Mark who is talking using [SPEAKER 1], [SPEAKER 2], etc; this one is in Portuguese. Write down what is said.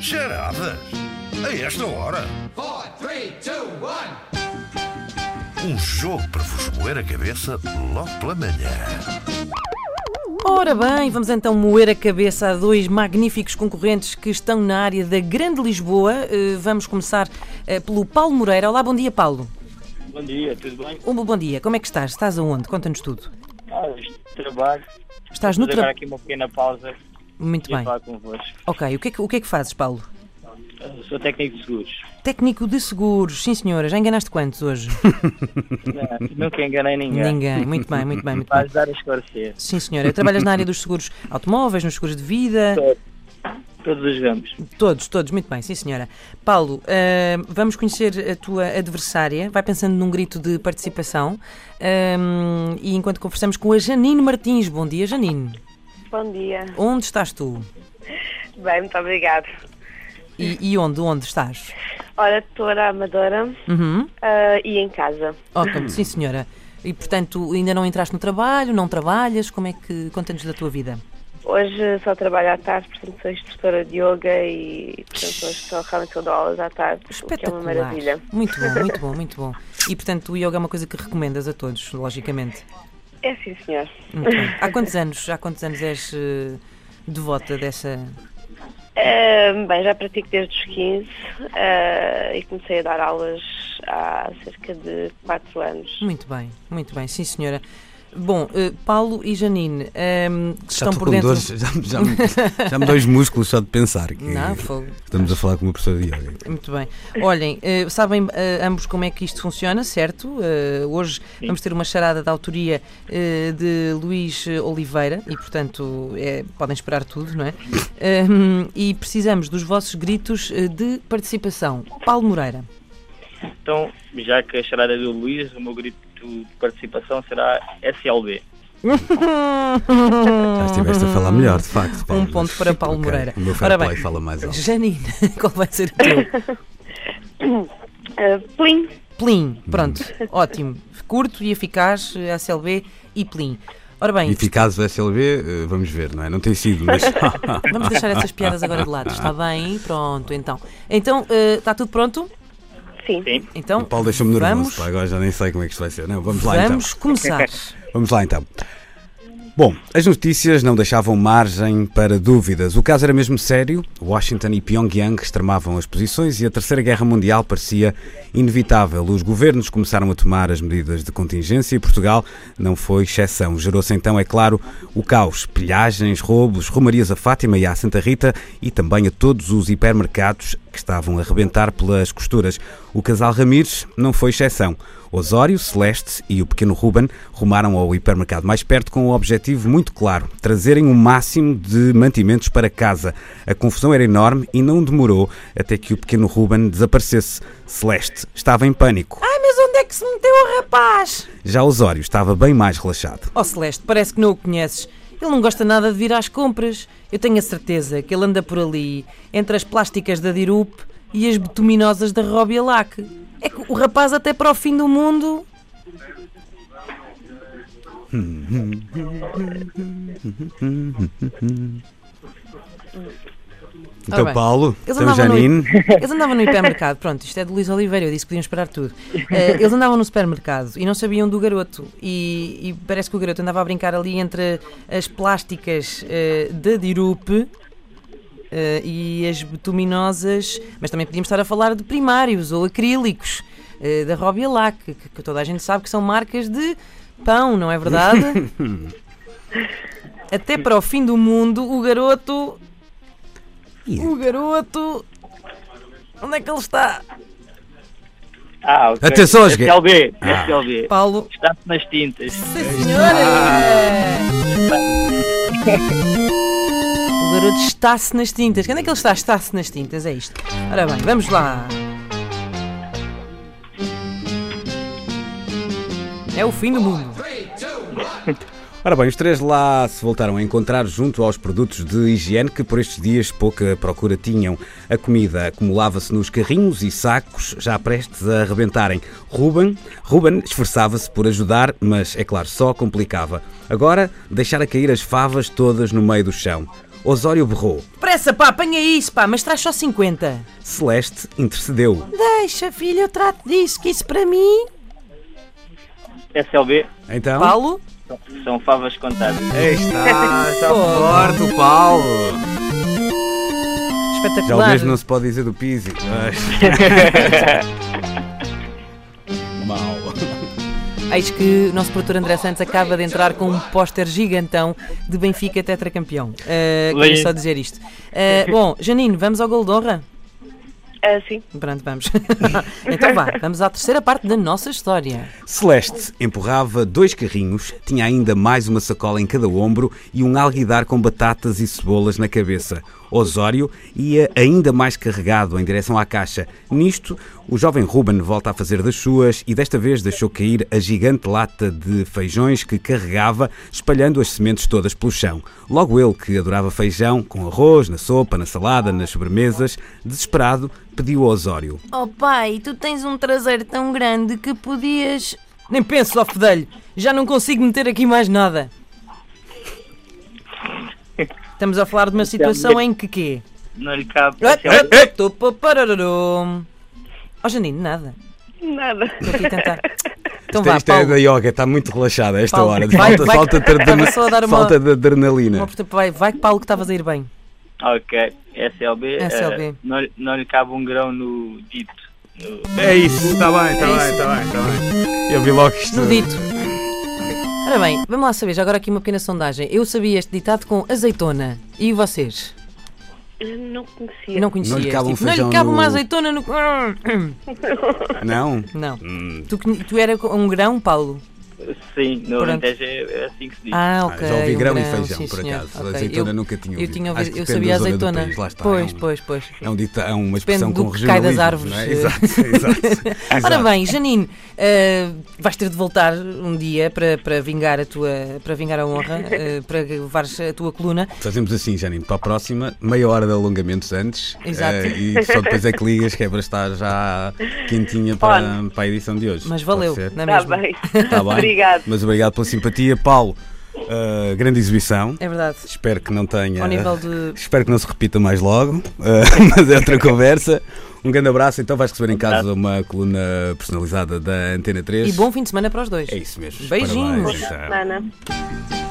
[SPEAKER 1] Charadas? A esta hora?
[SPEAKER 2] four, three, two, one.
[SPEAKER 1] Um jogo para vos moer a cabeça logo pela manhã.
[SPEAKER 3] Ora bem, vamos então moer a cabeça a dois magníficos concorrentes que estão na área da Grande Lisboa. Eh, Vamos começar eh, pelo Paulo Moreira. Olá, bom dia, Paulo.
[SPEAKER 4] Bom dia, tudo bem?
[SPEAKER 3] Um bom dia. Como é que estás? Estás aonde? Conta-nos tudo.
[SPEAKER 4] Ah, este trabalho.
[SPEAKER 3] Estás
[SPEAKER 4] Vou
[SPEAKER 3] no
[SPEAKER 4] fazer agora
[SPEAKER 3] trabalho.
[SPEAKER 4] aqui uma pequena pausa
[SPEAKER 3] Muito
[SPEAKER 4] e
[SPEAKER 3] bem.
[SPEAKER 4] falar convosco.
[SPEAKER 3] Ok, o que, é que, o que é que fazes, Paulo?
[SPEAKER 4] Eu sou técnico de seguros.
[SPEAKER 3] Técnico de seguros, sim senhora. Já enganaste quantos hoje?
[SPEAKER 4] Não, nunca enganei ninguém.
[SPEAKER 3] Ninguém. Muito bem, muito bem, muito bem.
[SPEAKER 4] Vais dar a esclarecer.
[SPEAKER 3] Sim senhora. Trabalhas na área dos seguros automóveis, nos seguros de vida.
[SPEAKER 4] Todos os ramos.
[SPEAKER 3] Todos, todos, muito bem, sim senhora. Paulo, ah, vamos conhecer a tua adversária. Vai pensando num grito de participação. Ahm, e enquanto conversamos com a Janine Martins. Bom dia, Janine.
[SPEAKER 5] Bom dia.
[SPEAKER 3] Onde estás tu?
[SPEAKER 5] Bem, muito obrigada.
[SPEAKER 3] E, e onde, onde estás?
[SPEAKER 5] Ora, estou na Amadora
[SPEAKER 3] Uhum.
[SPEAKER 5] ah, e em casa.
[SPEAKER 3] Ok, Oh, sim senhora. E portanto, ainda não entraste no trabalho, não trabalhas? Como é que conta-nos da tua vida?
[SPEAKER 5] é Hoje só trabalho à tarde, portanto sou instrutora de yoga e portanto hoje só realmente só dou aulas à tarde, o que é
[SPEAKER 3] Espetacular.
[SPEAKER 5] uma maravilha.
[SPEAKER 3] Muito bom, muito bom, muito bom. E portanto, o yoga é uma coisa que recomendas a todos, logicamente.
[SPEAKER 5] É sim, senhor.
[SPEAKER 3] Muito bem. Há quantos anos, há quantos anos és eh, devota dessa,
[SPEAKER 5] Ah, bem, já pratico desde os 15 ah, e comecei a dar aulas há cerca de 4 anos.
[SPEAKER 3] Muito bem, muito bem, sim senhora. Bom, eh, Paulo e Janine, ehm, que estão
[SPEAKER 6] Já estou
[SPEAKER 3] por
[SPEAKER 6] com
[SPEAKER 3] dentro.
[SPEAKER 6] dores, já, me- já, me- já me dói os músculos só de pensar que
[SPEAKER 3] Não, fogo.
[SPEAKER 6] estamos a falar com uma pessoa de yoga.
[SPEAKER 3] Muito bem. Olhem, eh, sabem eh, ambos como é que isto funciona, certo? Eh, hoje vamos ter uma charada da autoria eh, de Luís eh, Oliveira e, portanto, é- podem esperar tudo, não é? Ehm, e precisamos dos vossos gritos eh, de participação. Paulo Moreira.
[SPEAKER 4] Então, já que a charada é do Luís, o meu grito de participação será SLB.
[SPEAKER 6] Já estiveste a falar melhor, de facto. Paulo,
[SPEAKER 3] Um ponto
[SPEAKER 6] mas-
[SPEAKER 3] para Paulo
[SPEAKER 6] ok,
[SPEAKER 3] Moreira.
[SPEAKER 6] O meu fair
[SPEAKER 3] Ora
[SPEAKER 6] play
[SPEAKER 3] bem.
[SPEAKER 6] fala mais alto.
[SPEAKER 3] Janine, qual vai ser o teu?
[SPEAKER 5] Ah, plim!
[SPEAKER 3] Plim, pronto,
[SPEAKER 6] Hum.
[SPEAKER 3] ótimo. Curto e eficaz, eh, SLB e Plim. Ora bem,
[SPEAKER 6] Eficaz do SLB, eh, vamos ver, não é? Não tem sido, mas.
[SPEAKER 3] vamos deixar essas piadas agora de lado, está bem? Pronto, então. Então, eh, está tudo pronto?
[SPEAKER 5] Sim.
[SPEAKER 4] Sim.
[SPEAKER 3] Então,
[SPEAKER 6] O Paulo deixou-me
[SPEAKER 3] vamos,
[SPEAKER 6] nervoso, pá, agora já nem sei como é que isto vai ser. Não, vamos lá então.
[SPEAKER 3] vamos começar.
[SPEAKER 6] Vamos lá então. Bom, as notícias não deixavam margem para dúvidas. O caso era mesmo sério. Washington e Pyongyang extremavam as posições e a Terceira Guerra Mundial parecia inevitável. Os governos começaram a tomar as medidas de contingência e Portugal não foi exceção. Gerou-se então, é claro, o caos. Pilhagens, roubos, romarias a Fátima e à Santa Rita e também a todos os hipermercados que estavam a rebentar pelas costuras. O casal Ramires não foi exceção. Osório, Celeste e o pequeno Ruben rumaram ao hipermercado mais perto com um objetivo muito claro: trazerem o máximo de mantimentos para casa. A confusão era enorme e não demorou até que o pequeno Ruben desaparecesse. Celeste estava em pânico.
[SPEAKER 3] Ai, mas onde é que se meteu o rapaz?
[SPEAKER 6] Já Osório estava bem mais relaxado.
[SPEAKER 3] Ó Celeste, parece que não o conheces. Ele não gosta nada de vir às compras. Eu tenho a certeza que ele anda por ali, entre as plásticas da Dirup e as betuminosas da Robialac. É que o rapaz até para o fim do mundo
[SPEAKER 6] Então,
[SPEAKER 3] bem.
[SPEAKER 6] Paulo,
[SPEAKER 3] Eles
[SPEAKER 6] então
[SPEAKER 3] andavam,
[SPEAKER 6] Janine.
[SPEAKER 3] No, eles andavam no hipermercado, pronto, isto é do Luís Oliveira, eu disse que podiam esperar tudo. Eh, eles andavam no supermercado e não sabiam do garoto. E, e parece que o garoto andava a brincar ali entre as plásticas eh, da Dirupe eh, e as betuminosas, mas também podíamos estar a falar de primários ou acrílicos eh, da Robialac, que, que toda a gente sabe que são marcas de pão, não é verdade? Até para o fim do mundo, o garoto o Um garoto. Onde é que ele está?
[SPEAKER 4] Ah, ok.
[SPEAKER 6] Atenção, as-
[SPEAKER 4] SLB.
[SPEAKER 6] Ah.
[SPEAKER 4] SLB.
[SPEAKER 3] Paulo.
[SPEAKER 4] Está-se nas tintas.
[SPEAKER 3] Sim,
[SPEAKER 6] Ah.
[SPEAKER 3] senhora! O garoto está-se nas tintas. Onde é que ele está? Está-se nas tintas, é isto. Ora bem, vamos lá. É o fim do mundo.
[SPEAKER 6] Ora bem, os três lá se voltaram a encontrar junto aos produtos de higiene que por estes dias pouca procura tinham. A comida acumulava-se nos carrinhos e sacos já prestes a arrebentarem. Ruben, Ruben esforçava-se por ajudar, mas é claro, só complicava. Agora, deixara cair as favas todas no meio do chão. Osório berrou.
[SPEAKER 3] Pressa, pá, apanha isso, pá, mas traz só 50.
[SPEAKER 6] Celeste intercedeu.
[SPEAKER 3] Deixa, filho, eu trato disso, que isso para mim.
[SPEAKER 4] SLB
[SPEAKER 6] Então.
[SPEAKER 3] Paulo?
[SPEAKER 4] são favas contadas.
[SPEAKER 6] Aí está, está forte o Paulo. Já o
[SPEAKER 3] Espetacular.
[SPEAKER 6] mesmo não se pode dizer do Pizzi. é? Mal.
[SPEAKER 3] Eis que o nosso produtor André Santos acaba de entrar com um póster gigantão de Benfica tetracampeão. Uh, queria
[SPEAKER 4] Leia.
[SPEAKER 3] só dizer isto. Uh, bom, Janine, vamos ao gol de honra?
[SPEAKER 5] Ah, sim.
[SPEAKER 3] Pronto, vamos. então vá, vamos à terceira parte da nossa história.
[SPEAKER 6] Celeste empurrava dois carrinhos, tinha ainda mais uma sacola em cada ombro e um alguidar com batatas e cebolas na cabeça. Osório ia ainda mais carregado em direção à caixa. Nisto, o jovem Ruben volta a fazer das suas e desta vez deixou cair a gigante lata de feijões que carregava, espalhando as sementes todas pelo chão. Logo ele, que adorava feijão, com arroz, na sopa, na salada, nas sobremesas, desesperado, pediu a Osório.
[SPEAKER 7] Oh pai, tu tens um traseiro tão grande que podias.
[SPEAKER 3] Nem penso, ó fedelho, já não consigo meter aqui mais nada. Estamos a falar de uma situação em que quê?
[SPEAKER 4] Não lhe cabe.
[SPEAKER 3] Eh,
[SPEAKER 4] SLB.
[SPEAKER 3] Ó oh, Janine, nada.
[SPEAKER 5] Nada.
[SPEAKER 3] Estou aqui a tentar. Então
[SPEAKER 6] Isto é-
[SPEAKER 3] vá,
[SPEAKER 6] isto é
[SPEAKER 3] Paulo.
[SPEAKER 6] da yoga, está muito relaxada a esta
[SPEAKER 3] Paulo,
[SPEAKER 6] hora. De
[SPEAKER 3] vai-
[SPEAKER 6] falta,
[SPEAKER 3] vai-
[SPEAKER 6] falta de adrena-
[SPEAKER 3] Estava só a dar uma-
[SPEAKER 6] falta de adrenalina.
[SPEAKER 3] Uma oportunidade- Vai, vai, Paulo, que estavas a ir bem.
[SPEAKER 4] Ok, SLB. eh,
[SPEAKER 3] SLB.
[SPEAKER 4] não, lhe- não lhe cabe um grão no dito.
[SPEAKER 6] É isso, está bem, está
[SPEAKER 3] É
[SPEAKER 6] bem,
[SPEAKER 3] isso.
[SPEAKER 6] está bem, está bem. Eu vi logo que isto.
[SPEAKER 3] No dito. Ora bem, vamos lá saber, já agora aqui uma pequena sondagem. Eu sabia este ditado com azeitona. E vocês?
[SPEAKER 5] Eu não conhecia.
[SPEAKER 3] Eu não conhecia
[SPEAKER 6] Não lhe
[SPEAKER 3] este.
[SPEAKER 6] cabe um
[SPEAKER 3] Tipo, não lhe
[SPEAKER 6] feijão
[SPEAKER 3] cabe
[SPEAKER 6] no-
[SPEAKER 3] uma azeitona no.
[SPEAKER 6] Não?
[SPEAKER 3] Não.
[SPEAKER 6] Hum.
[SPEAKER 3] Tu, conhe- tu era um grão, Paulo?
[SPEAKER 4] Sim, no
[SPEAKER 3] Pronto.
[SPEAKER 4] Alentejo é é assim que se diz.
[SPEAKER 3] Ah,
[SPEAKER 6] Ah,
[SPEAKER 3] ok.
[SPEAKER 6] já ouvi
[SPEAKER 3] um
[SPEAKER 6] grão e feijão,
[SPEAKER 3] sim,
[SPEAKER 6] por
[SPEAKER 3] senhor.
[SPEAKER 6] acaso.
[SPEAKER 3] Ok,
[SPEAKER 6] Azeitona
[SPEAKER 3] eu,
[SPEAKER 6] nunca tinha
[SPEAKER 3] eu
[SPEAKER 6] ouvido.
[SPEAKER 3] tinha
[SPEAKER 6] Acho
[SPEAKER 3] ouvido,
[SPEAKER 6] que
[SPEAKER 3] eu
[SPEAKER 6] depende
[SPEAKER 3] sabia
[SPEAKER 6] da zona do
[SPEAKER 3] azeitona.
[SPEAKER 6] país, lá está,
[SPEAKER 3] Pois,
[SPEAKER 6] é um-
[SPEAKER 3] pois, pois.
[SPEAKER 6] É, um dito, é uma expressão
[SPEAKER 3] Depende do
[SPEAKER 6] com
[SPEAKER 3] que cai das
[SPEAKER 6] regionalismo, não é?
[SPEAKER 3] árvores.
[SPEAKER 6] Exato, exato.
[SPEAKER 3] Ora
[SPEAKER 6] exato.
[SPEAKER 3] bem, Janine, eh, vais ter de voltar um dia para, para vingar a tua para vingar a honra, eh, para levares a tua coluna.
[SPEAKER 6] Fazemos assim, Janine, para a próxima, meia hora de alongamentos antes.
[SPEAKER 3] Exato.
[SPEAKER 6] eh, e só depois é que ligas, que é para estar já quentinha para, para a edição de hoje.
[SPEAKER 3] Mas valeu,
[SPEAKER 6] Pode ser?
[SPEAKER 3] não é
[SPEAKER 5] Está
[SPEAKER 3] mesmo?
[SPEAKER 5] bem.
[SPEAKER 6] Tá bem?
[SPEAKER 5] Obrigado.
[SPEAKER 6] Mas obrigado pela simpatia, Paulo. eh, grande exibição.
[SPEAKER 3] É verdade.
[SPEAKER 6] Espero que não tenha.
[SPEAKER 3] Ao nível de-
[SPEAKER 6] Espero que não se repita mais logo. eh, mas é outra conversa. Um grande abraço. Então vais receber em casa uma coluna personalizada da Antena 3.
[SPEAKER 3] E bom fim de semana para os dois.
[SPEAKER 6] É isso mesmo.
[SPEAKER 3] Beijinhos.
[SPEAKER 6] Parabéns, então.
[SPEAKER 5] Ana.